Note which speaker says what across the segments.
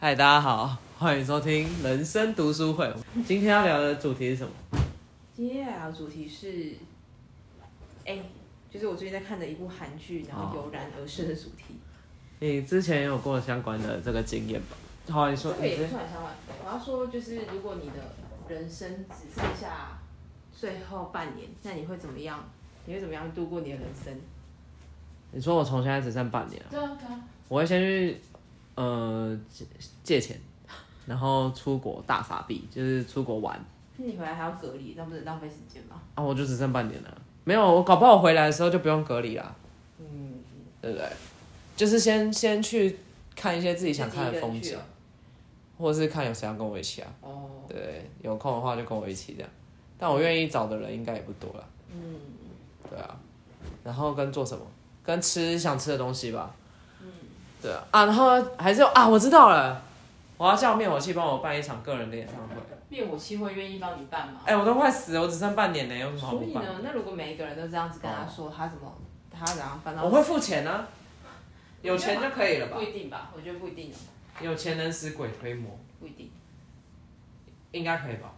Speaker 1: 嗨，大家好，欢迎收听人生读书会。今天要聊的主题是什么？
Speaker 2: 今天来的主题是，哎、就是我最近在看的一部韩剧，然
Speaker 1: 哦
Speaker 2: 后油然而生的主题。
Speaker 1: 你之前有过相关的这个经验吧？好，你
Speaker 2: 这
Speaker 1: 说，
Speaker 2: 个
Speaker 1: 你
Speaker 2: 也不
Speaker 1: 直接
Speaker 2: 算相关。我要说，就是如果你的人生只剩下最后半年，那你会怎么样？你会怎么样度过你的人生？
Speaker 1: 你说我从现在只剩半年了，
Speaker 2: 对啊，对啊，
Speaker 1: 我会先去呃借借钱，然后出国大傻逼，就是出国玩
Speaker 2: 那你回来还要隔离，那不是很浪费时间吗？
Speaker 1: 啊，我就只剩半年了。没有，我搞不好我回来的时候就不用隔离啦，
Speaker 2: 嗯，
Speaker 1: 对不对？就是先先去看一些自己
Speaker 2: 你
Speaker 1: 想看的风景，
Speaker 2: 啊
Speaker 1: 或者是看有谁要跟我一起啊。
Speaker 2: 哦。
Speaker 1: 对，有空的话就跟我一起这样。但我愿意找的人应该也不多了。
Speaker 2: 嗯，
Speaker 1: 对啊，然后跟做什么？跟吃想吃的东西吧。嗯，对啊，啊，然后还是有啊，我知道了，我要叫灭火器帮我办一场个人的演唱会。
Speaker 2: 灭火器会愿意帮你办吗？
Speaker 1: 哎、我都快死了，我只剩半年了，有什么好
Speaker 2: 所
Speaker 1: 不
Speaker 2: 以
Speaker 1: 办？哦
Speaker 2: 呢，那如果每一个人都这样子跟他说，他怎么，他怎样办到？
Speaker 1: 我会付钱啊，有钱就可以了吧
Speaker 2: 不？一定吧，我觉得不一定哦，
Speaker 1: 有钱能使鬼推磨，
Speaker 2: 不一定。
Speaker 1: 应该可以吧？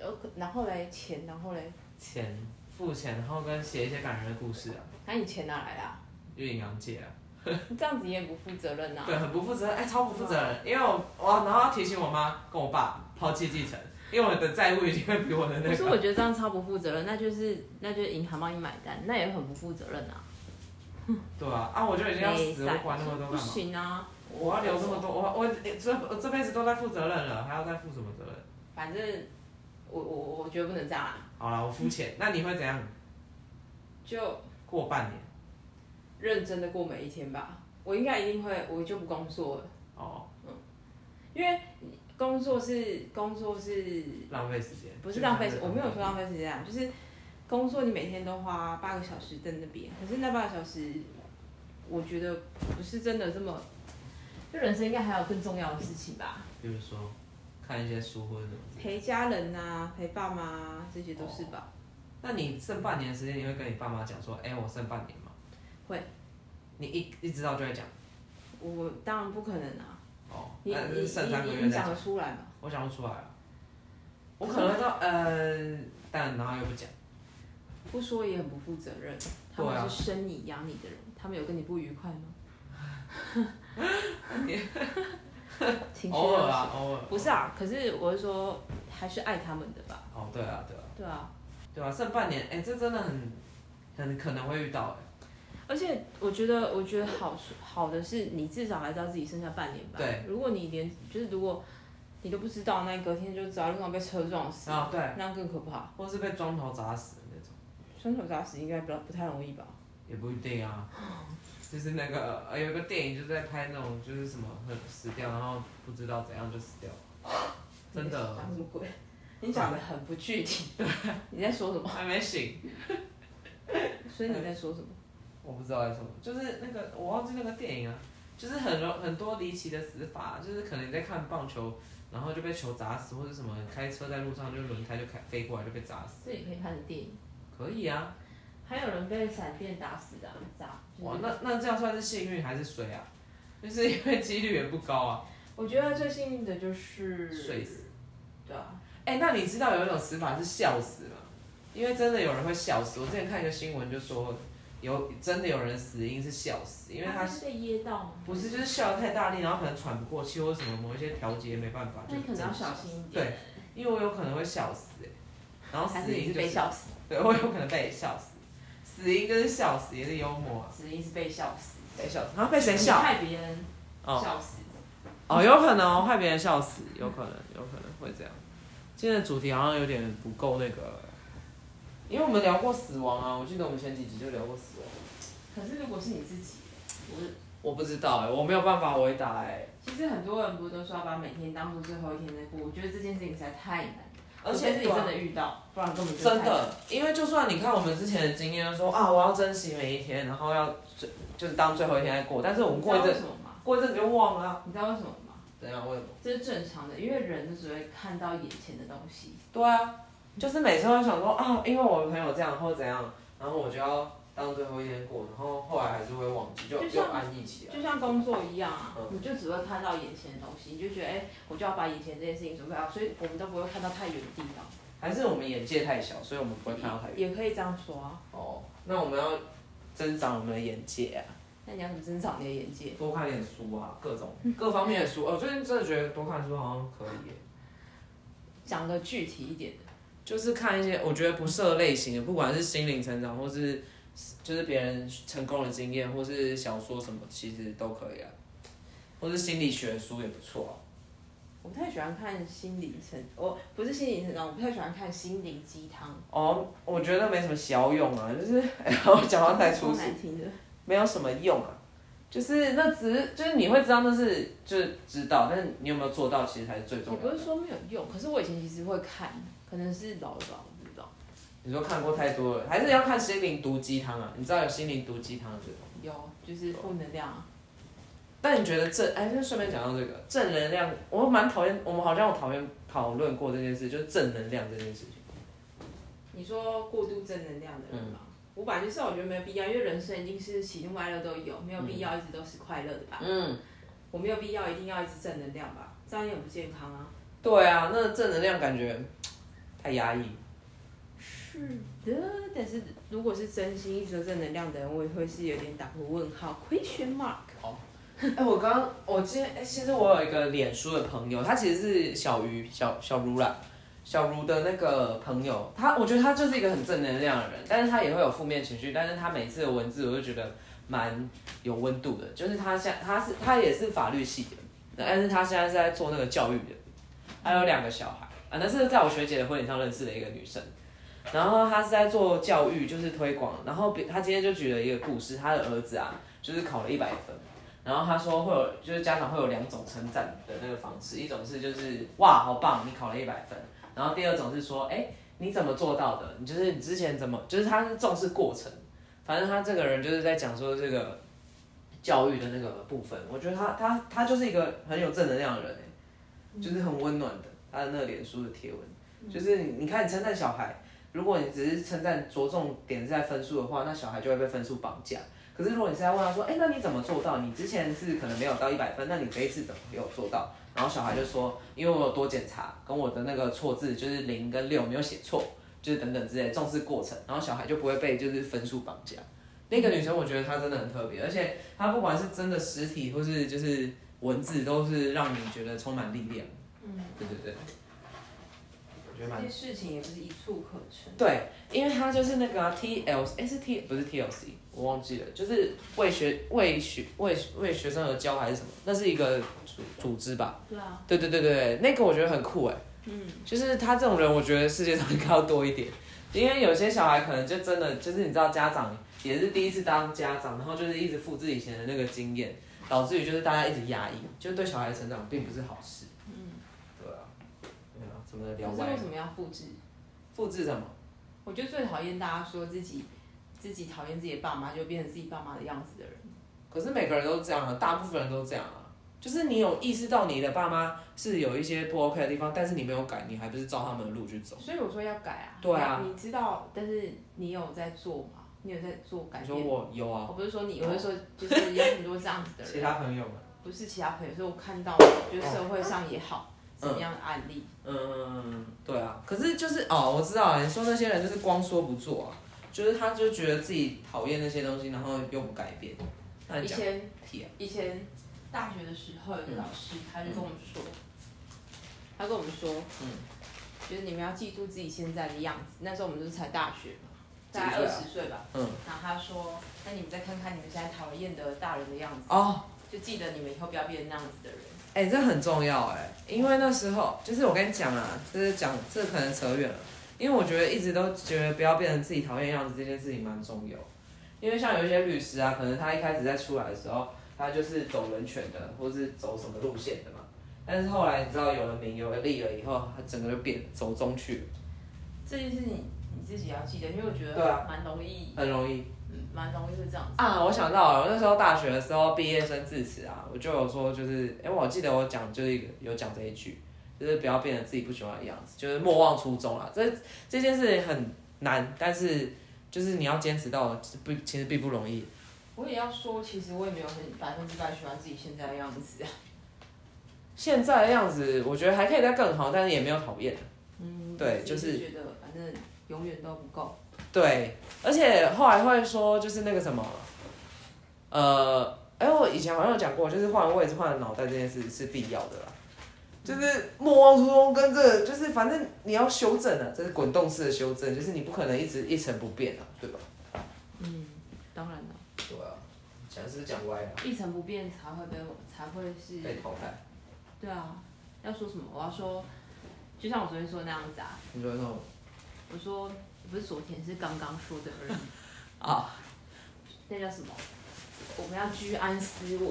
Speaker 2: 然后然后嘞，钱，然后嘞，
Speaker 1: 钱付钱，然后跟写一些感人的故事啊，
Speaker 2: 那、你钱哪来的、啊？
Speaker 1: 就阴阳界啊。
Speaker 2: 你这样子你也不负责任啊呐、
Speaker 1: 对，很不负责任，哎、超不负责任，因为我我然后要提醒我妈跟我爸抛弃继承，因为我的债务一定会比我的
Speaker 2: 可
Speaker 1: 那
Speaker 2: 是
Speaker 1: 个。
Speaker 2: 我觉得这样超不负责任，那就是那就是银行帮你买单，那也很不负责任啊！
Speaker 1: 对啊，啊，我就已经要死，我管那么多干
Speaker 2: 不
Speaker 1: 嘛？
Speaker 2: 行啊！
Speaker 1: 我要留这么多，我我哎这我这辈子都在负责任了，还要再负什么责任？
Speaker 2: 反正我我我觉得不能这样啊！
Speaker 1: 好了，我肤浅，那你会怎样
Speaker 2: 就
Speaker 1: 过半年？
Speaker 2: 认真的过每一天吧。我应该一定会，我就不工作了，
Speaker 1: 哦，
Speaker 2: 因为工作是工作是
Speaker 1: 浪费时间。
Speaker 2: 不是浪费时，我没有说浪费时间啊，就是工作你每天都花八个小时在那边，可是那八个小时，我觉得不是真的这么，就人生应该还有更重要的事情吧，
Speaker 1: 比如说看一些书或者什么。
Speaker 2: 陪家人啊，陪爸妈、啊、这些都是吧。
Speaker 1: 那你剩半年的时间，你会跟你爸妈讲说，哎、我剩半年吗？
Speaker 2: 会。
Speaker 1: 你一一知道就会讲。
Speaker 2: 我当然不可能啊，
Speaker 1: 哦，
Speaker 2: 哦你
Speaker 1: 那
Speaker 2: 你你
Speaker 1: 剩三个
Speaker 2: 你
Speaker 1: 月
Speaker 2: 你
Speaker 1: 再
Speaker 2: 讲
Speaker 1: 讲
Speaker 2: 得。出来吗？
Speaker 1: 我讲不出来啊，我可能会说呃，但然后又不讲，
Speaker 2: 不说也很不负责任，他
Speaker 1: 对啊
Speaker 2: 们是生你养你的人，他们有跟你不愉快吗？ 情绪
Speaker 1: 偶尔
Speaker 2: 勒
Speaker 1: 啊，偶尔
Speaker 2: 索。不是啊，可是我是说，还是爱他们的吧。
Speaker 1: 哦，对啊，对啊，
Speaker 2: 对啊，
Speaker 1: 对啊，剩半年，哎，这真的很很可能会遇到哎，
Speaker 2: 而且我觉得，我觉得好处好的是，你至少还知道自己剩下半年吧。
Speaker 1: 对。
Speaker 2: 如果你连就是如果你都不知道，那你隔天就知道路上被车撞死，
Speaker 1: 啊，对，
Speaker 2: 那更可怕。
Speaker 1: 或是被砖头砸死的那种，
Speaker 2: 双手砸死应该不不太容易吧？
Speaker 1: 也不一定啊。就是那个呃，有一个电影就是在拍那种就是什么很死掉，然后不知道怎样就死掉了，真 的
Speaker 2: 讲什么鬼？你讲的很不具体。你在说什么？
Speaker 1: 还没醒，
Speaker 2: 所以你在说什么？
Speaker 1: 我不知道在说什么，就是那个我忘记那个电影啊，就是很多很多离奇的死法，啊就是可能你在看棒球，然后就被球砸死，或者什么开车在路上就轮胎就开飞过来就被砸死，
Speaker 2: 这也可以看的电影。
Speaker 1: 可以啊，
Speaker 2: 还有人被闪电打死的、啊，砸。
Speaker 1: 哇，那那这样算是幸运还是水啊？ 就是因为几率也不高啊，
Speaker 2: 我觉得最幸运的就是
Speaker 1: 睡死。
Speaker 2: 对啊，
Speaker 1: 哎、那你知道有一种死法是笑死吗？因为真的有人会笑死，我之前看一个新闻就说有真的有人死因是笑死，因为他
Speaker 2: 是被噎到吗？
Speaker 1: 不是就是笑得太大力，然后可能喘不过气或者什么某一些调节没办法，
Speaker 2: 那你可
Speaker 1: 就
Speaker 2: 能要
Speaker 1: 真的
Speaker 2: 小心一点。
Speaker 1: 对因为我有可能会笑死、欸，然后
Speaker 2: 还
Speaker 1: 死
Speaker 2: 是你
Speaker 1: 因
Speaker 2: 是
Speaker 1: 就
Speaker 2: 被
Speaker 1: 是
Speaker 2: 笑死？
Speaker 1: 对我有可能被笑死，死因就是笑死，也是幽默、啊，
Speaker 2: 指定是被笑死，
Speaker 1: 被笑死，然后被谁
Speaker 2: 你
Speaker 1: 笑？
Speaker 2: 害别人
Speaker 1: 哦
Speaker 2: 笑死。
Speaker 1: 哦，有可能哦，害别人笑死，有可能，有可能会这样。今天的主题好像有点不够那个，因为我们聊过死亡啊，我记得我们前几集就聊过死亡。
Speaker 2: 可是如果是你自己，我
Speaker 1: 我不知道哎、我没有办法回答哎、
Speaker 2: 其实很多人不都说要把每天当做最后一天在过，我觉得这件事情实在太难，
Speaker 1: 而
Speaker 2: 除非
Speaker 1: 且
Speaker 2: 是你真的遇到，不然根本就
Speaker 1: 真
Speaker 2: 太难。
Speaker 1: 的，因为就算你看我们之前的经验，就说啊，我要珍惜每一天，然后要最就是当最后一天来过，但是我们
Speaker 2: 你
Speaker 1: 过
Speaker 2: 知
Speaker 1: 一
Speaker 2: 道
Speaker 1: 阵
Speaker 2: 为什么吗？
Speaker 1: 过一阵子就忘了、啊。
Speaker 2: 你知道为什么吗？
Speaker 1: 怎样？为什么？
Speaker 2: 这是正常的，因为人就只会看到眼前的东西。
Speaker 1: 对啊，就是每次都想说啊，因为我朋友这样或者怎样，然后我就要当最后一天过，然后后来还是会忘记，就
Speaker 2: 就
Speaker 1: 就
Speaker 2: 像
Speaker 1: 安逸起来。
Speaker 2: 就像工作一样啊
Speaker 1: 嗯，
Speaker 2: 你就只会看到眼前的东西，你就觉得哎、我就要把眼前这件事情准备好，所以我们都不会看到太远的地方。
Speaker 1: 还是我们眼界太小，所以我们不会看到太远。
Speaker 2: 也可以这样说啊。
Speaker 1: 哦，那我们要增长我们的眼界啊！
Speaker 2: 那你要怎么增长你的眼界？
Speaker 3: 多看点书啊，各种各方面的书。哦我最近真的觉得多看书好像可以耶，
Speaker 2: 讲的具体一点的，
Speaker 1: 就是看一些我觉得不涉类型的，不管是心灵成长，或是就是别人成功的经验，或是小说什么，其实都可以啊。或是心理学书也不错啊。
Speaker 2: 我不太喜欢看心灵成，我不是心灵成长，我不太喜欢看心灵鸡汤，
Speaker 1: 哦，我觉得没什么小用啊，就是 我讲话太粗
Speaker 2: 超
Speaker 1: 俗，
Speaker 2: 难听的。
Speaker 1: 没有什么用啊。就是那只是就是你会知道那是就是知道，但是你有没有做到，其实才是最重要
Speaker 2: 我不
Speaker 1: 的
Speaker 2: 是。说没有用，可是我以前其实会看，可能是老了吧，我不知道。
Speaker 1: 你说看过太多了，还是要看心灵毒鸡汤啊？你知道有心灵毒鸡汤这种，
Speaker 2: 有，就是负能量啊。
Speaker 1: 但你觉得正哎，就顺便讲到这个正能量，我蛮讨厌，我们好像有讨厌讨论过这件事，就是正能量这件事情。
Speaker 2: 你说过度正能量的人
Speaker 1: 嗯
Speaker 2: 吗？我本来就是，我觉得没有必要，因为人生已经是喜怒哀乐都有，没有必要一直都是快乐的吧。
Speaker 1: 嗯，
Speaker 2: 我没有必要一定要一直正能量吧，这样也很不健康啊。
Speaker 1: 对啊，那正能量感觉太压抑。
Speaker 2: 是的，但是如果是真心一直有正能量的人，我也会是有点打个问号，question mark。
Speaker 1: 哎，我刚我今天哎，其实我有一个脸书的朋友，他其实是小鱼小小如啦，小如的那个朋友，他我觉得他就是一个很正能量的人，但是他也会有负面情绪，但是他每次的文字我就觉得蛮有温度的，就是他现他是他也是法律系的，但是他现在是在做那个教育的，他有两个小孩啊，那是在我学姐的婚礼上认识的一个女生。然后他是在做教育，就是推广。然后比他今天就举了一个故事，他的儿子啊，就是考了一百分，然后他说会有，就是家长会有两种称赞的那个方式，一种是就是哇好棒，你考了一百分，然后第二种是说哎你怎么做到的？你就是你之前怎么，就是他是重视过程，反正他这个人就是在讲说这个教育的那个部分，我觉得他他他就是一个很有正能量的人、欸、就是很温暖的，他的那个脸书的贴文，就是你你看你称赞小孩。如果你只是称赞着重点是在分数的话，那小孩就会被分数绑架。可是如果你是在问他说，哎、那你怎么做到？你之前是可能没有到一百分，那你这一次怎么有做到？然后小孩就说，因为我有多检查，跟我的那个错字就是零跟六没有写错，就是等等之类，重视过程，然后小孩就不会被就是分数绑架。那个女生我觉得她真的很特别，而且她不管是真的实体或是就是文字，都是让你觉得充满力量。
Speaker 2: 嗯，
Speaker 1: 对对对，我觉得蛮
Speaker 2: 这些事情也不是一蹴可成。
Speaker 1: 对，因为他就是那个啊、TLC，哎、是 T 不是 TLC，我忘记了，就是为学为学为为学生而教还是什么，那是一个组组织吧？
Speaker 2: 对啊，
Speaker 1: 对对对对，那个我觉得很酷哎、
Speaker 2: 嗯，
Speaker 1: 就是他这种人，我觉得世界上应该要多一点，因为有些小孩可能就真的就是你知道家长也是第一次当家长，然后就是一直复制以前的那个经验，导致于就是大家一直压抑，就是对小孩的成长并不是好事。
Speaker 2: 嗯，
Speaker 1: 对啊，对啊，怎么聊
Speaker 2: 可是
Speaker 1: 歪
Speaker 2: 为
Speaker 1: 了
Speaker 2: 什？么要复制？
Speaker 1: 复制什么？
Speaker 2: 我就最讨厌大家说自己自己讨厌自己的爸妈，就变成自己爸妈的样子的人。
Speaker 1: 可是每个人都这样啊，大部分人都这样啊。就是你有意识到你的爸妈是有一些不 OK 的地方，但是你没有改，你还不是照他们的路去走？
Speaker 2: 所以我说要改啊。
Speaker 1: 对啊
Speaker 2: 你知道，但是你有在做吗？你有在做改
Speaker 1: 你
Speaker 2: 变
Speaker 1: 说
Speaker 2: 吗？
Speaker 1: 我有啊，
Speaker 2: 我不是说你，我是说就是有很多这样子的人，
Speaker 3: 他朋友们，
Speaker 2: 不是其他朋友，是我看到的，就是社会上也
Speaker 1: 嗯
Speaker 2: 好，怎么样的案例，
Speaker 1: 嗯，对啊。可是就是哦，我知道啊，你说那些人就是光说不做啊，就是他就觉得自己讨厌那些东西，然后又不改变。那
Speaker 2: 以
Speaker 1: 你讲
Speaker 2: 前
Speaker 1: 屁啊？
Speaker 2: 以前大学的时候，有
Speaker 1: 嗯
Speaker 2: 个老师他就跟我们说，他跟我们说，
Speaker 1: 嗯
Speaker 2: 嗯，就是你们要记住自己现在的样子。那时候我们就是才大学嘛，大
Speaker 1: 几
Speaker 2: 概
Speaker 1: 岁
Speaker 2: 二
Speaker 1: 啊
Speaker 2: 十岁吧。
Speaker 1: 嗯，
Speaker 2: 然后他说，那你们再看看你们现在讨厌的大人的样子，
Speaker 1: 哦，
Speaker 2: 就记得你们以后不要变那样子的人。
Speaker 1: 哎、这很重要哎、因为那时候就是我跟你讲啊，就是讲这可能扯远了，因为我觉得一直都觉得不要变成自己讨厌的样子这件事情蛮重要，因为像有一些律师啊，可能他一开始在出来的时候，他就是走人权的，或是走什么路线的嘛，但是后来你知道有了名有了利了以后，他整个就变走中去
Speaker 2: 这件事你你自己要记得，因为我觉
Speaker 1: 对啊
Speaker 2: 得蛮容易，
Speaker 1: 了，很容易
Speaker 2: 嗯蛮容易会这样子。
Speaker 1: 啊，我想到了，我那时候大学的时候毕业生致辞啊，我就有说，就是，因为我记得我讲就是一个有讲这一句，就是不要变啊成自己不喜欢的样子，就是莫忘初衷啦。这这件事很难，但是就是你要坚持到不，其实并不容易。
Speaker 2: 我也要说，其实我也没有很百分之百喜欢自己现在的样子啊。
Speaker 1: 现在的样子，我觉得还可以再更好，但是也没有讨厌。啊
Speaker 2: 嗯
Speaker 1: 对
Speaker 2: 自己
Speaker 1: 就是
Speaker 2: 觉得反正永远都不够。
Speaker 1: 对，而且后来会说，就是那个什么，呃，哎、我以前好像有讲过，就是换位置、换脑袋这件事是必要的啦。就是莫忘初衷跟这个就是反正你要修正啊，这是滚动式的修正，就是你不可能一直一成不变啊，对吧？
Speaker 2: 嗯，当然了，
Speaker 3: 对啊，讲是讲歪了，
Speaker 2: 一成不变才会被我才会是
Speaker 3: 被淘汰。
Speaker 2: 对啊，要说什么？我要说，就像我昨天说的那样子啊，
Speaker 3: 你说那种
Speaker 2: 我说不是昨天，是刚刚说的而已。
Speaker 1: 啊，
Speaker 2: 那叫什么？我们要居安思危。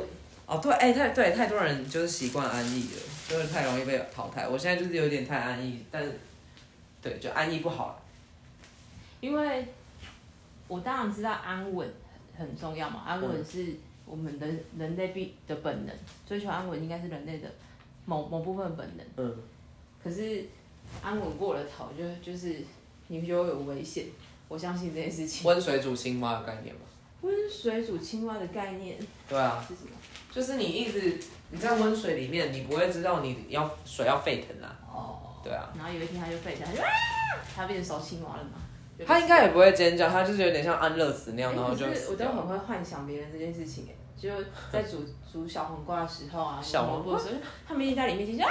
Speaker 1: 哦，对，哎、太对，太多人就是习惯安逸了，就是太容易被淘汰。我现在就是有点太安逸，但是对，就安逸不好了。
Speaker 2: 因为我当然知道安稳很重要嘛，安稳是我们的人类必的本能，追求安稳应该是人类的某某部分本能。
Speaker 1: 嗯，
Speaker 2: 可是安稳过了头，就就是你就会有危险。我相信这件事情。
Speaker 1: 温水煮青蛙的概念嘛。
Speaker 2: 温水煮青蛙的概念
Speaker 1: 对啊，
Speaker 2: 是什么？
Speaker 1: 就是你一直你在温水里面，你不会知道你要水要沸腾啊。
Speaker 2: 哦，
Speaker 1: 对啊，
Speaker 2: 然后有一天它就飞起来，它就啊，它变成小青蛙了嘛。就
Speaker 1: 他应该也不会尖叫，他就是有点像安乐死那样，然后
Speaker 2: 哎
Speaker 1: 就
Speaker 2: 可是
Speaker 1: 死
Speaker 2: 我都
Speaker 1: 掉
Speaker 2: 很会幻想别人这件事情哎，就在煮煮小黄瓜的时候啊，
Speaker 1: 小黄
Speaker 2: 瓜的时候，他们一在里面就啊，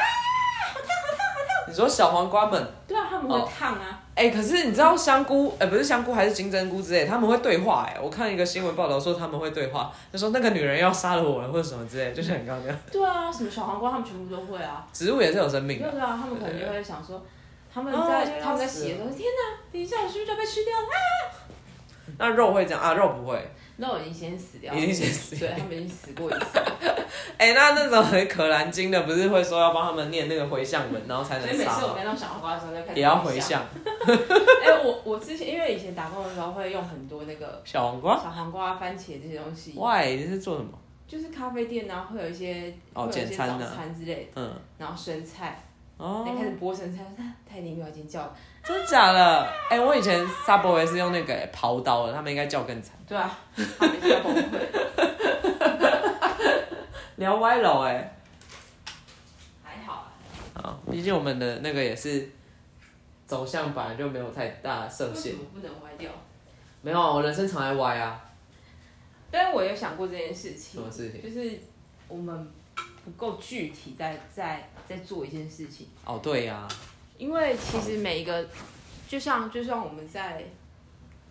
Speaker 1: 你说小黄瓜们，
Speaker 2: 对啊，他们
Speaker 1: 哦
Speaker 2: 会烫啊，
Speaker 1: 哎、可是你知道香菇，哎、不是香菇还是金针菇之类，他们会对话哎、我看一个新闻报道说他们会对话，就说那个女人要杀了我了或者什么之类，就像你刚刚那样，
Speaker 2: 对啊，什么小黄瓜他们全部都会啊，
Speaker 1: 植物也是有生
Speaker 2: 对
Speaker 1: 命的。
Speaker 2: 对啊，他们可能就会想说，他们
Speaker 1: 哦
Speaker 2: 在
Speaker 1: 要
Speaker 2: 他们在
Speaker 1: 死
Speaker 2: 洗的时候，天哪，等一下我是不是就要被吃 掉了？
Speaker 1: 那肉会这样啊？肉不会，
Speaker 2: 那我已经先死掉了，
Speaker 1: 已经先死
Speaker 2: 对他们已经死过一 次，
Speaker 1: 哎、那那种很可兰经的，不是会说要帮他们念那个回向文，然后才
Speaker 2: 所
Speaker 1: 能
Speaker 2: 以每
Speaker 1: 杀
Speaker 2: 次我
Speaker 1: 吗？
Speaker 2: 看到小黄瓜的时候，就开始
Speaker 1: 也要回。向
Speaker 2: 哎，我我之前因为以前打工的时候会用很多那个
Speaker 1: 小黄瓜。
Speaker 2: 小黄瓜、番茄这些东西，
Speaker 1: Why？你是做什么？
Speaker 2: 就是咖啡店啊，会有一些
Speaker 1: 哦
Speaker 2: 会有一
Speaker 1: 简
Speaker 2: 些
Speaker 1: 餐
Speaker 2: 早
Speaker 1: 的
Speaker 2: 餐之类的，
Speaker 1: 嗯，
Speaker 2: 然后生菜，
Speaker 1: 哦
Speaker 2: 那、，开始剥生菜， 啊太灵妙尖叫了，
Speaker 1: 真假的？哎、我以前 Subway 是用那个、欸、刨刀的，他们应该叫更惨。
Speaker 2: 对 啊，他们要崩溃，
Speaker 1: 聊歪了哎、
Speaker 2: 还好啊，
Speaker 1: 啊，毕竟我们的那个也是走向本来就没有太大设
Speaker 2: 为什
Speaker 1: 限。
Speaker 2: 么不能歪掉？
Speaker 1: 没有啊，我人生常爱歪啊，
Speaker 2: 但是我有想过这件事
Speaker 1: 什
Speaker 2: 情
Speaker 1: 么，事情？
Speaker 2: 就是我们不够具体在在在做一件事情，
Speaker 1: 哦，对呀、
Speaker 2: 因为其实每一个，就像就像我们在，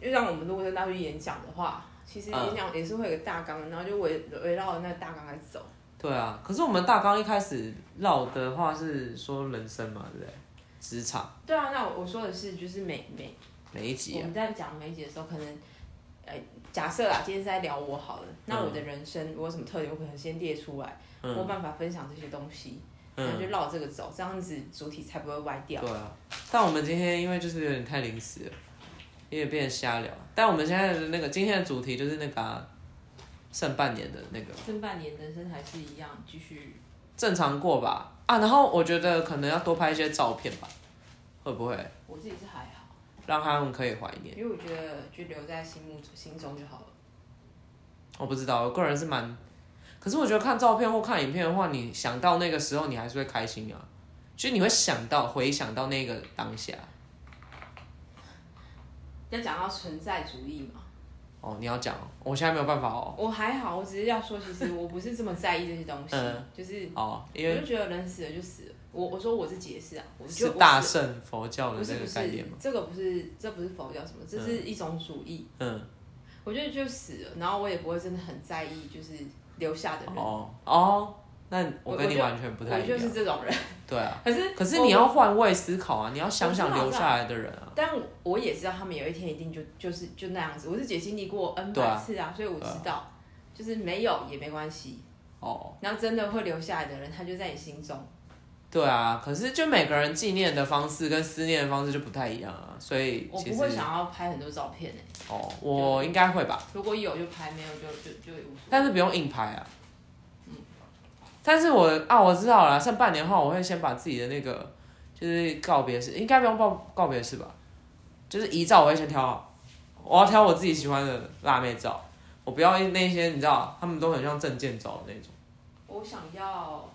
Speaker 2: 就像我们如果在大学演讲的话，其实
Speaker 1: 嗯
Speaker 2: 演讲也是会有个大纲，然后就围围绕着那个大纲来走。
Speaker 1: 对啊。可是我们大纲一开始唠的话是说人生嘛，对不对？职场
Speaker 2: 对啊，那我我说的是就是每每
Speaker 1: 每一集
Speaker 2: 我
Speaker 1: 啊、
Speaker 2: 们在讲梅姐的时候，可能，呃，假设啦，今天是在聊我好了，那我的人生我有什么特点，我可能先列出来，我有
Speaker 1: 嗯
Speaker 2: 办法分享这些东西，然后
Speaker 1: 嗯，
Speaker 2: 就绕这个走，这样子主体才不会歪掉。
Speaker 1: 对啊。但我们今天因为就是有点太临时了，有点变瞎聊。但我们现在的那个今天的主题就是那个、啊、剩半年的那个
Speaker 2: 剩半年人生还是一样，继续
Speaker 1: 正常过吧啊。然后我觉得可能要多拍一些照片吧，会不会
Speaker 2: 我自己是还好，
Speaker 1: 让他们可以怀念？
Speaker 2: 因为我觉得就留在心目心中就好了。
Speaker 1: 我不知道，我个人是蛮，可是我觉得看照片或看影片的话，你想到那个时候，你还是会开心啊，就是你会想到回想到那个当下。
Speaker 2: 要讲到存在主义嘛，
Speaker 1: 哦，你要讲哦，我现在没有办法哦，
Speaker 2: 我还好，我只是要说，其实我不是这么在意这些东西，
Speaker 1: 嗯
Speaker 2: 就是
Speaker 1: 哦，因
Speaker 2: 我
Speaker 1: 为
Speaker 2: 就觉得人死了就死了。我我说我自己也是啊，我就是我
Speaker 1: 大
Speaker 2: 死了
Speaker 1: 圣佛教的
Speaker 2: 不是
Speaker 1: 那
Speaker 2: 不
Speaker 1: 个概
Speaker 2: 是
Speaker 1: 念嘛，，
Speaker 2: 这个不是这不是佛教什么，这是一种主义。
Speaker 1: 嗯，
Speaker 2: 我觉得就死了，然后我也不会真的很在意，就是留下的人。
Speaker 1: 哦哦，那我
Speaker 2: 我
Speaker 1: 跟你
Speaker 2: 我就
Speaker 1: 完全不太
Speaker 2: 我
Speaker 1: 一
Speaker 2: 就
Speaker 1: 样
Speaker 2: 是，这种人，
Speaker 1: 对啊，
Speaker 2: 可是
Speaker 1: 可是
Speaker 2: 我
Speaker 1: 你要，换位思考啊，你要想想
Speaker 2: 我知道
Speaker 1: 留下来的人啊，
Speaker 2: 但我也知道他们有一天一定就就是就那样子。我自己也经历过 N
Speaker 1: 对
Speaker 2: 百
Speaker 1: 啊
Speaker 2: 次啊，所以我
Speaker 1: 对啊
Speaker 2: 知道，就是没有也没关系。
Speaker 1: 哦，
Speaker 2: 然后真的会留下来的人，他就在你心中。
Speaker 1: 对啊，可是就每个人纪念的方式跟思念的方式就不太一样啊，所以
Speaker 2: 我
Speaker 1: 其
Speaker 2: 不
Speaker 1: 实
Speaker 2: 会想要拍很多照片诶、
Speaker 1: 哦，我应该会吧。
Speaker 2: 如果有就拍，没有就就就无所谓。
Speaker 1: 但是不用硬拍啊。但是我啊，我知道了，剩半年后我会先把自己的那个就是告别式，应该不用报告别式吧？就是遗照我会先挑好，我要挑我自己喜欢的辣妹照，我不要那些你知道，他们都很像证件照的那种。
Speaker 2: 我想要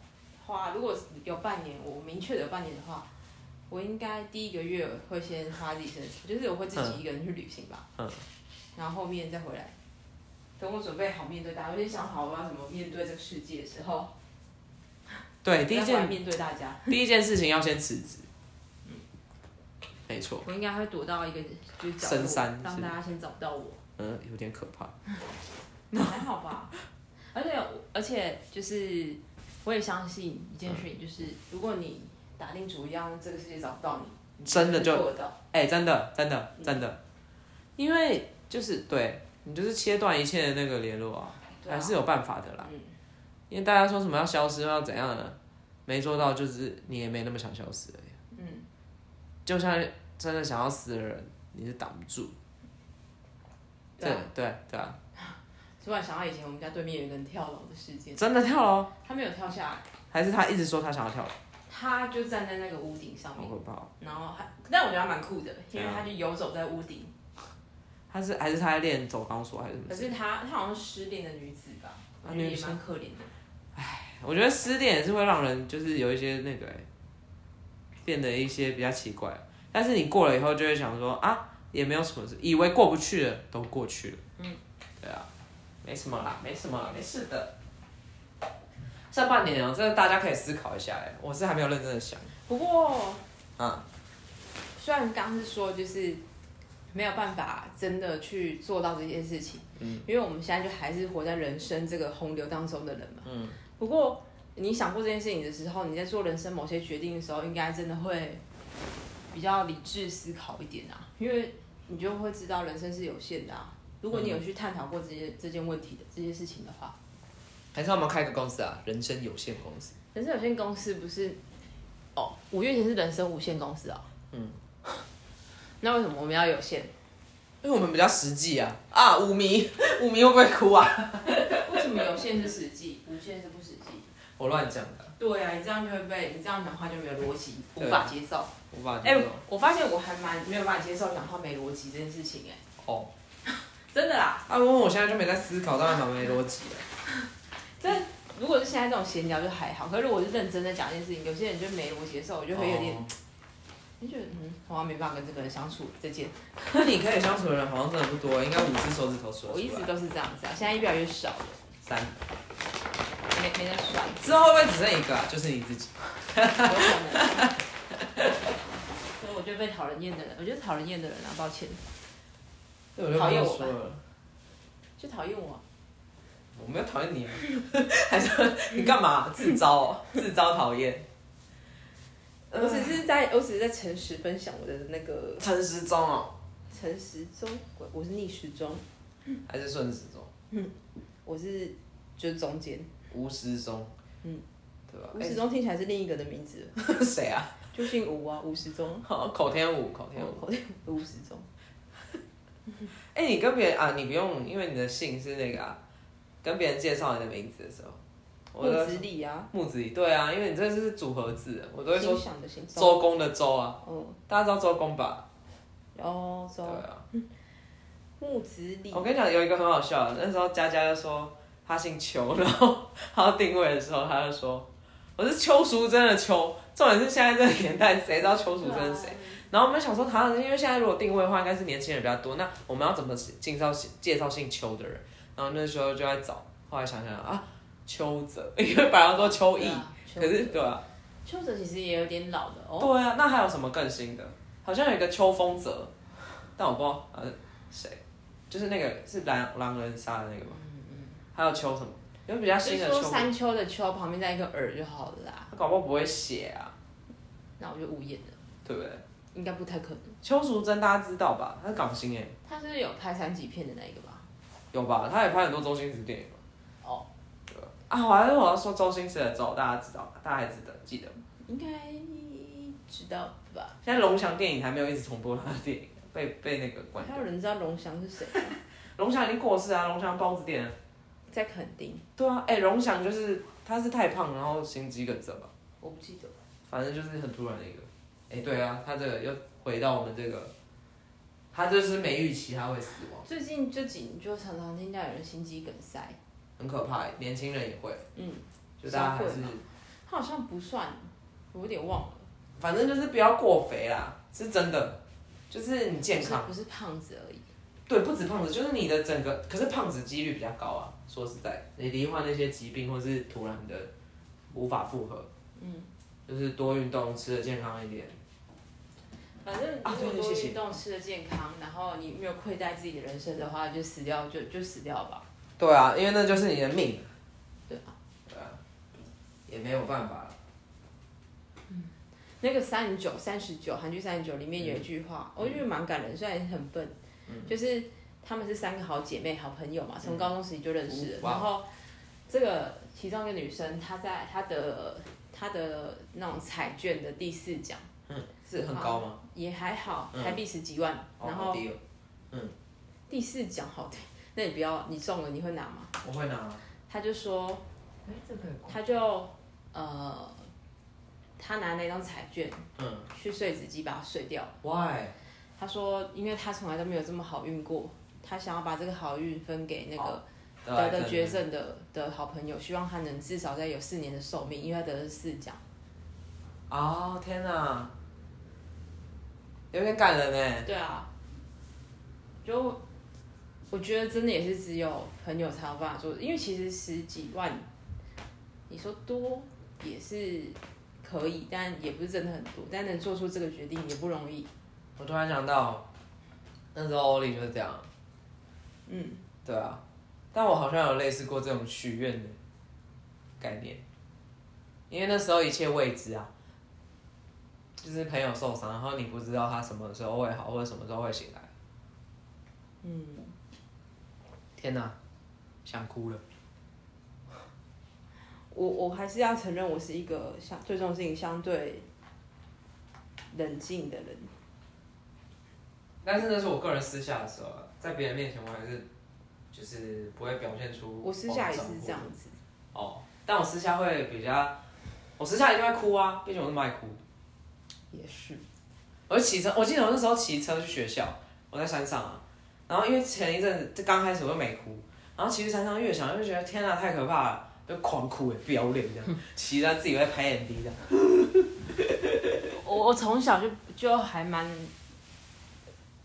Speaker 2: 花，如果有半年，我明确的有半年的话，我应该第一个月会先花自己身上，就是我会自己一个人去旅行吧，
Speaker 1: 嗯，
Speaker 2: 然后后面再回来。等我准备好面对大家，我已经想好我要怎么面对这个世界的时候，
Speaker 1: 对，第一
Speaker 2: 再回来
Speaker 1: 件
Speaker 2: 面对大家，
Speaker 1: 第一件事情要先辞职，没错，
Speaker 2: 我应该会躲到一个就是角落
Speaker 1: 深山
Speaker 2: 让
Speaker 1: 是
Speaker 2: 大家先找不到我。
Speaker 1: 嗯，有点可怕。
Speaker 2: 还好吧。而且而且就是，我也相信一件事情，就是如果你打定主意让这个世界找不到你，你
Speaker 1: 真的就
Speaker 2: 做得到。
Speaker 1: 哎、真的，真的，真的，因为就是对你就是切断一切的那个联络啊，
Speaker 2: 对啊
Speaker 1: 还是有办法的啦。
Speaker 2: 嗯
Speaker 1: 因为大家说什么要消失要怎样的，没做到，就是你也没那么想消失而已。
Speaker 2: 嗯，
Speaker 1: 就像真的想要死的人，你是挡不住。
Speaker 2: 对啊。
Speaker 1: 对对啊，
Speaker 2: 突然想到以前我们家对面有一个人跳楼的事件，
Speaker 1: 真的跳楼，
Speaker 2: 他没有跳下来，
Speaker 1: 还是他一直说他想要跳楼，
Speaker 2: 他就站在那个屋顶上
Speaker 1: 好
Speaker 2: 面，
Speaker 1: 可怕、哦。
Speaker 2: 然后还，但我觉得他蛮酷的，因
Speaker 1: 对啊
Speaker 2: 为他就游走在屋顶。
Speaker 1: 他是还是他在练走钢索还是什么
Speaker 2: 可
Speaker 1: 之类的？
Speaker 2: 是他他好像是失恋的女子吧，我
Speaker 1: 嗯啊
Speaker 2: 觉得
Speaker 1: 女
Speaker 2: 也
Speaker 1: 生
Speaker 2: 蛮可怜的。
Speaker 1: 我觉得失恋也是会让人就是有一些那个、欸变得一些比较奇怪，但是你过了以后就会想说啊，也没有什么事，以为过不去了都过去了。
Speaker 2: 嗯，
Speaker 1: 对啊，没什么啦，没什么啦，没事的。上半年哦、这个大家可以思考一下、欸，我是还没有认真的想。
Speaker 2: 不过
Speaker 1: 啊，
Speaker 2: 虽然刚刚是说就是没有办法真的去做到这件事情，
Speaker 1: 嗯，
Speaker 2: 因为我们现在就还是活在人生这个洪流当中的人嘛，
Speaker 1: 嗯。
Speaker 2: 不过你想过这件事情的时候，你在做人生某些决定的时候，应该真的会比较理智思考一点啊，因为你就会知道人生是有限的啊。如果你
Speaker 1: 嗯
Speaker 2: 有去探讨过这些这件问题的这些事情的话，
Speaker 1: 还是我们开个公司啊，人生有限公司。
Speaker 2: 人生有限公司不是哦，五月前是人生无限公司哦，
Speaker 1: 嗯，
Speaker 2: 那为什么我们要有限？
Speaker 1: 因为我们比较实际啊啊，五迷 五迷会不会哭啊？
Speaker 2: 为什么有限是实际，无限是不实际？
Speaker 1: 我乱讲的，
Speaker 2: 对啊，你这样就会被你这样讲话就没有逻辑，
Speaker 1: 对
Speaker 2: 无法接受。
Speaker 1: 我把
Speaker 2: 哎、
Speaker 1: 哎、
Speaker 2: 我发现我还蛮没有办法接受讲话没逻辑这件事情、哎，
Speaker 1: 哦，
Speaker 2: 真的啦，
Speaker 1: 啊，问我现在就没在思考，当然蛮没逻辑的。
Speaker 2: 这如果是现在这种闲聊就还好，可是如果是认真的讲一件事情，有些人就没逻辑的时候，我就会有点，
Speaker 1: 哦
Speaker 2: 你觉得嗯，我好像没办法跟这个人相处，再见。
Speaker 1: 那你可以相处的人好像真的不多，应该五只手指头数
Speaker 2: 我
Speaker 1: 得
Speaker 2: 一
Speaker 1: 出
Speaker 2: 直
Speaker 1: 来。
Speaker 2: 都是这样子啊，现在越来越少了，
Speaker 1: 三，
Speaker 2: 没没得算，
Speaker 1: 之后会不会只剩一个、啊？就是你自己。
Speaker 2: 有可能。所以我就被讨人厌的人，我就是讨人厌的人啊，抱歉，
Speaker 1: 我
Speaker 2: 就不用说
Speaker 1: 了，
Speaker 2: 就讨厌我啊。
Speaker 1: 我没有讨厌你啊，还是你干嘛自招、哦？自招讨厌？
Speaker 2: 我只是在，我只是在诚实分享我的那个
Speaker 1: 陈时中哦，
Speaker 2: 诚实中，我我是逆时钟，
Speaker 1: 还是顺时钟？
Speaker 2: 我是就是中间，
Speaker 1: 吴时钟，
Speaker 2: 嗯，
Speaker 1: 对吧？
Speaker 2: 吴时钟听起来是另一个的名字，
Speaker 1: 哎 谁、啊？
Speaker 2: 就姓吴啊，吴时钟，
Speaker 1: 好口天吴，口天吴。
Speaker 2: 我吴时钟，
Speaker 1: 哎、你跟别人啊，你不用，因为你的姓是那个啊，跟别人介绍你的名字的时候，我
Speaker 2: 木
Speaker 1: 的
Speaker 2: 子李啊，
Speaker 1: 木子李，对啊，因为你这是组合字，我都会
Speaker 2: 心
Speaker 1: 说
Speaker 2: 想的心中，
Speaker 1: 周公的周啊，
Speaker 2: 嗯，
Speaker 1: 大家知道周公吧？
Speaker 2: 然后
Speaker 1: 对哦
Speaker 2: 周
Speaker 1: 啊，
Speaker 2: 木子李
Speaker 1: 我，跟你讲有一个很好笑的，那时候佳佳就说她姓邱，然后她要定位的时候，她就说我是邱淑贞的邱，重点是现在这个年代谁知道邱淑贞是谁？
Speaker 2: 啊
Speaker 1: 然后我们想说，好像因为现在如果定位的话，应该是年轻人比较多，那我们要怎么介绍介绍姓邱的人？然后那时候就在找，后来想想啊，邱泽，因为本来要说邱毅
Speaker 2: 对，啊
Speaker 1: 可是对啊，
Speaker 2: 邱泽其实也有点老的哦，
Speaker 1: 对啊，那还有什么更新的？好像有一个秋风泽，但我不知道呃谁，就是那个是狼狼人杀的那个吗？还有秋什么？有比较
Speaker 2: 嗯就
Speaker 1: 新的
Speaker 2: 说
Speaker 1: 秋，
Speaker 2: 山丘的丘旁边再一个耳就好了啦，
Speaker 1: 他搞不好不会写啊，
Speaker 2: 那我就无言了，
Speaker 1: 对不对？
Speaker 2: 应该不太可能。
Speaker 1: 邱淑贞大家知道吧？他是港星哎、
Speaker 2: 他是有拍三级片的那一个吧？
Speaker 1: 有吧？他也拍很多周星驰电影。
Speaker 2: 哦，
Speaker 1: 啊，我还是我要说周星驰的咒，大家知道吧？大家还记得记得吗？
Speaker 2: 应该知道吧？
Speaker 1: 现在龙翔电影还没有一直重播他的电影，被被那个关
Speaker 2: 还有
Speaker 1: 掉。
Speaker 2: 人知道龙翔是谁？
Speaker 1: 龙翔已经过世啊，龙翔包子店啊。
Speaker 2: 在垦丁，
Speaker 1: 对啊，哎、龙翔就是他是太胖，然后心肌梗塞吧，
Speaker 2: 我不记得。
Speaker 1: 反正就是很突然的一个。哎、对啊，他这个又回到我们这个他就是没预期他会死亡，
Speaker 2: 最近这几年就常常听到有人心肌梗塞，
Speaker 1: 很可怕。欸年轻人也会，
Speaker 2: 嗯，
Speaker 1: 就大家还
Speaker 2: 社
Speaker 1: 是
Speaker 2: 会嘛他好像不算，我有点忘了，
Speaker 1: 反正就是不要过肥啦，是真的，就是你健康。
Speaker 2: 不是不是胖子而已。
Speaker 1: 对，不止胖子，就是你的整个，可是胖子几率比较高啊。说实在，你罹患那些疾病或是突然的无法复合，嗯，就是多运动，吃的健康一点。
Speaker 2: 反正如
Speaker 1: 啊对
Speaker 2: 果
Speaker 1: 对
Speaker 2: 多
Speaker 1: 谢谢
Speaker 2: 运动、吃的健康，然后你没有亏待自己的人生的话，就死掉就就死掉吧。
Speaker 1: 对啊，因为那就是你的命。
Speaker 2: 对
Speaker 1: 啊。对啊，也没有办法了。
Speaker 2: 那个三十九、三十九，韩剧三十九里面有一句话，
Speaker 1: 嗯
Speaker 2: 我觉得蛮感人，虽然很笨，就是她们是三个好姐妹、好朋友嘛，从高中时期就认识了。
Speaker 1: 嗯哇
Speaker 2: 然后这个其中一个女生，她在她的她的那种彩券的第四奖啊
Speaker 1: 是嗯很高吗？
Speaker 2: 也还好，
Speaker 1: 嗯
Speaker 2: 台币十几万，
Speaker 1: 哦，
Speaker 2: 然
Speaker 1: 好
Speaker 2: 后
Speaker 1: 低哦。
Speaker 2: 第四奖好 的，那你不要你中了你会拿吗？
Speaker 1: 我会拿啊。
Speaker 2: 她就说。
Speaker 1: 哎，这个
Speaker 2: 他就呃，他拿那张彩券
Speaker 1: 嗯
Speaker 2: 去碎纸机把它碎掉。
Speaker 1: ，Why？
Speaker 2: 他说，因为他从来都没有这么好运过，他想要把这个好运分给那个得的绝症的的好朋友，希望他能至少再有四年的寿命，因为他得了四奖。
Speaker 1: 哦，天哪，有点感人呢。
Speaker 2: 对啊，就我觉得真的也是只有朋友才有办法做，因为其实十几万，你说多也是可以，但也不是真的很多，但能做出这个决定也不容易。
Speaker 1: 我突然想到，那时候欧丽就是这样。
Speaker 2: 嗯。
Speaker 1: 对啊，但我好像有类似过这种许愿的概念，因为那时候一切未知啊，就是朋友受伤，然后你不知道他什么时候会好，或者什么时候会醒来。
Speaker 2: 嗯，
Speaker 1: 天哪，想哭了。
Speaker 2: 我我还是要承认，我是一个相对这种事情相对冷静的人。
Speaker 1: 但是那是我个人私下的时候啊，在别人面前我还是就是不会表现出
Speaker 2: 我私下
Speaker 1: 慌张
Speaker 2: 也是
Speaker 1: 或
Speaker 2: 这样子，
Speaker 1: 哦，但我私下会比较，我私下一定会哭啊，毕竟我那么爱哭。
Speaker 2: 也是。
Speaker 1: 我就骑车，我记得我那时候骑车去学校，我在山上啊，然后因为前一阵子这刚开始我就没哭，然后骑去山上越想越觉得天啊太可怕了，就狂哭哎，不要脸这样，骑着自己会拍眼 d 这样。
Speaker 2: 我我从小就就还蛮，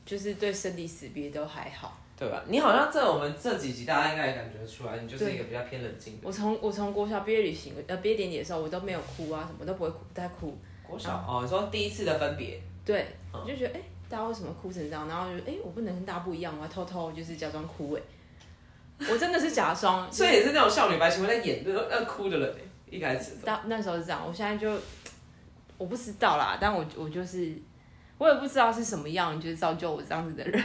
Speaker 2: 就是对生离死别都还好。
Speaker 1: 对吧？你好像在我们这几集，大家应该也感觉出来，你就是一个比较偏冷静的。
Speaker 2: 我从我从国小毕业旅行呃毕业典礼的时候，我都没有哭啊，什么都不会哭，不太哭。
Speaker 1: 国小哦，你说第一次的分别，
Speaker 2: 对，
Speaker 1: 嗯
Speaker 2: 我就觉得哎、大家为什么哭成这样？然后就哎、我不能跟大家不一样，我要偷偷就是假装哭哎、我真的是假 装，
Speaker 1: 所以也是那种少女白情会在演那种要哭的人哎，一开始
Speaker 2: 到那时候是这样，我现在就我不知道啦，但我我就是我也不知道是什么样，就是造就我这样子的人。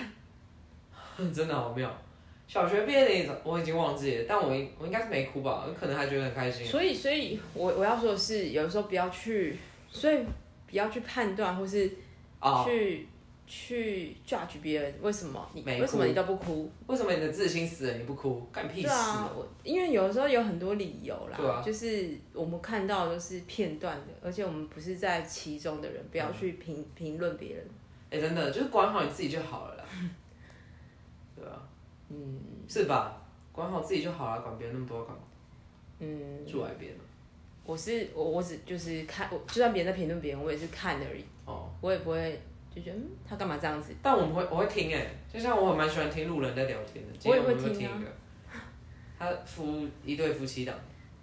Speaker 1: 真的好妙。小学毕业典礼我已经忘记了，但我应我应该是没哭吧，我可能还觉得很开心。
Speaker 2: 所以，所以我我要说的是，有时候不要去，所以不要去判断或是去、
Speaker 1: 哦，
Speaker 2: 去 judge 别人为什么你
Speaker 1: 没哭
Speaker 2: 为什么你都不哭？
Speaker 1: 为什么你的自信死了你不哭？干屁
Speaker 2: 对
Speaker 1: 事哦
Speaker 2: 啊，我因为有的时候有很多理由啦，
Speaker 1: 对啊
Speaker 2: 就是我们看到的都是片段的，而且我们不是在其中的人，
Speaker 1: 嗯
Speaker 2: 不要去评评论别人。
Speaker 1: 哎、真的，就是管好你自己就好了啦。 对啊，嗯，是吧？管好自己就好了，管别人那么多干嘛？
Speaker 2: 嗯，
Speaker 1: 住外边嘛
Speaker 2: 我是我我只就是看，我就算别人在评论别人，我也是看而已，
Speaker 1: 哦，
Speaker 2: 我也不会就觉得嗯他干嘛这样子。
Speaker 1: 但我们会我会听哎、就像我很蛮喜欢听路人在聊天的。今天
Speaker 2: 我也会
Speaker 1: 们会
Speaker 2: 听
Speaker 1: 听
Speaker 2: 啊
Speaker 1: 一个，他夫一对夫妻档，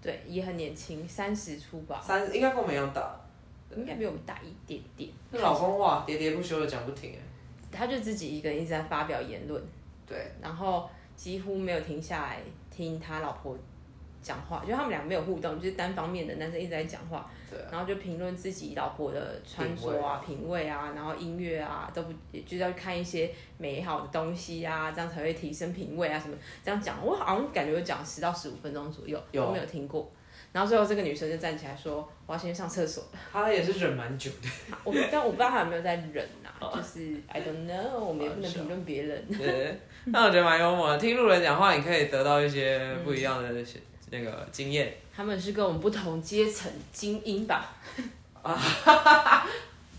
Speaker 2: 对，也很年轻，三十出吧，
Speaker 1: 三应该跟我们一样大。
Speaker 2: 应该比我们大一点点。
Speaker 1: 那老公哇，喋喋不休的讲不停哎、
Speaker 2: 他就自己一个人一直在发表言论，
Speaker 1: 对，
Speaker 2: 然后几乎没有停下来听他老婆讲话，就他们俩没有互动，就是单方面的男生一直在讲话，
Speaker 1: 对啊
Speaker 2: 然后就评论自己老婆的穿着啊、品味啊，然后音乐啊，都不也就是要看一些美好的东西啊，这样才会提升品味啊什么。这样讲，我好像感觉有讲十到十五分钟左右，
Speaker 1: 有
Speaker 2: 我没有听过。然后最后这个女生就站起来说：“我要先上 厕所。
Speaker 1: 他也是忍蛮久的。
Speaker 2: 我但我不知道她有没有在忍啊，就是 I don't know，我们也不
Speaker 1: 哦
Speaker 2: 能
Speaker 1: 好笑
Speaker 2: 评论别人。
Speaker 1: 对，但我觉得蛮幽默的。听路人讲话，你可以得到一些不一样的那个经验。
Speaker 2: 他们是跟我们不同阶层精英吧？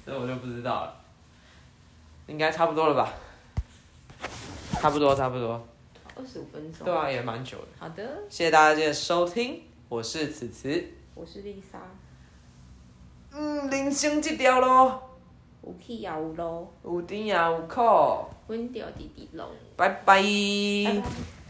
Speaker 1: 这我就不知道了，应该差不多了吧？差不多差不多，
Speaker 2: 二十五分钟。
Speaker 1: 对啊，也蛮久的。
Speaker 2: 好的，
Speaker 1: 谢谢大家今天的收听，我是此慈。
Speaker 2: 我是丽莎，
Speaker 1: 嗯，人生这条路，
Speaker 2: 有去也有路，
Speaker 1: 有甜也有苦，
Speaker 2: 阮着直直路，
Speaker 1: 拜拜
Speaker 2: 拜拜。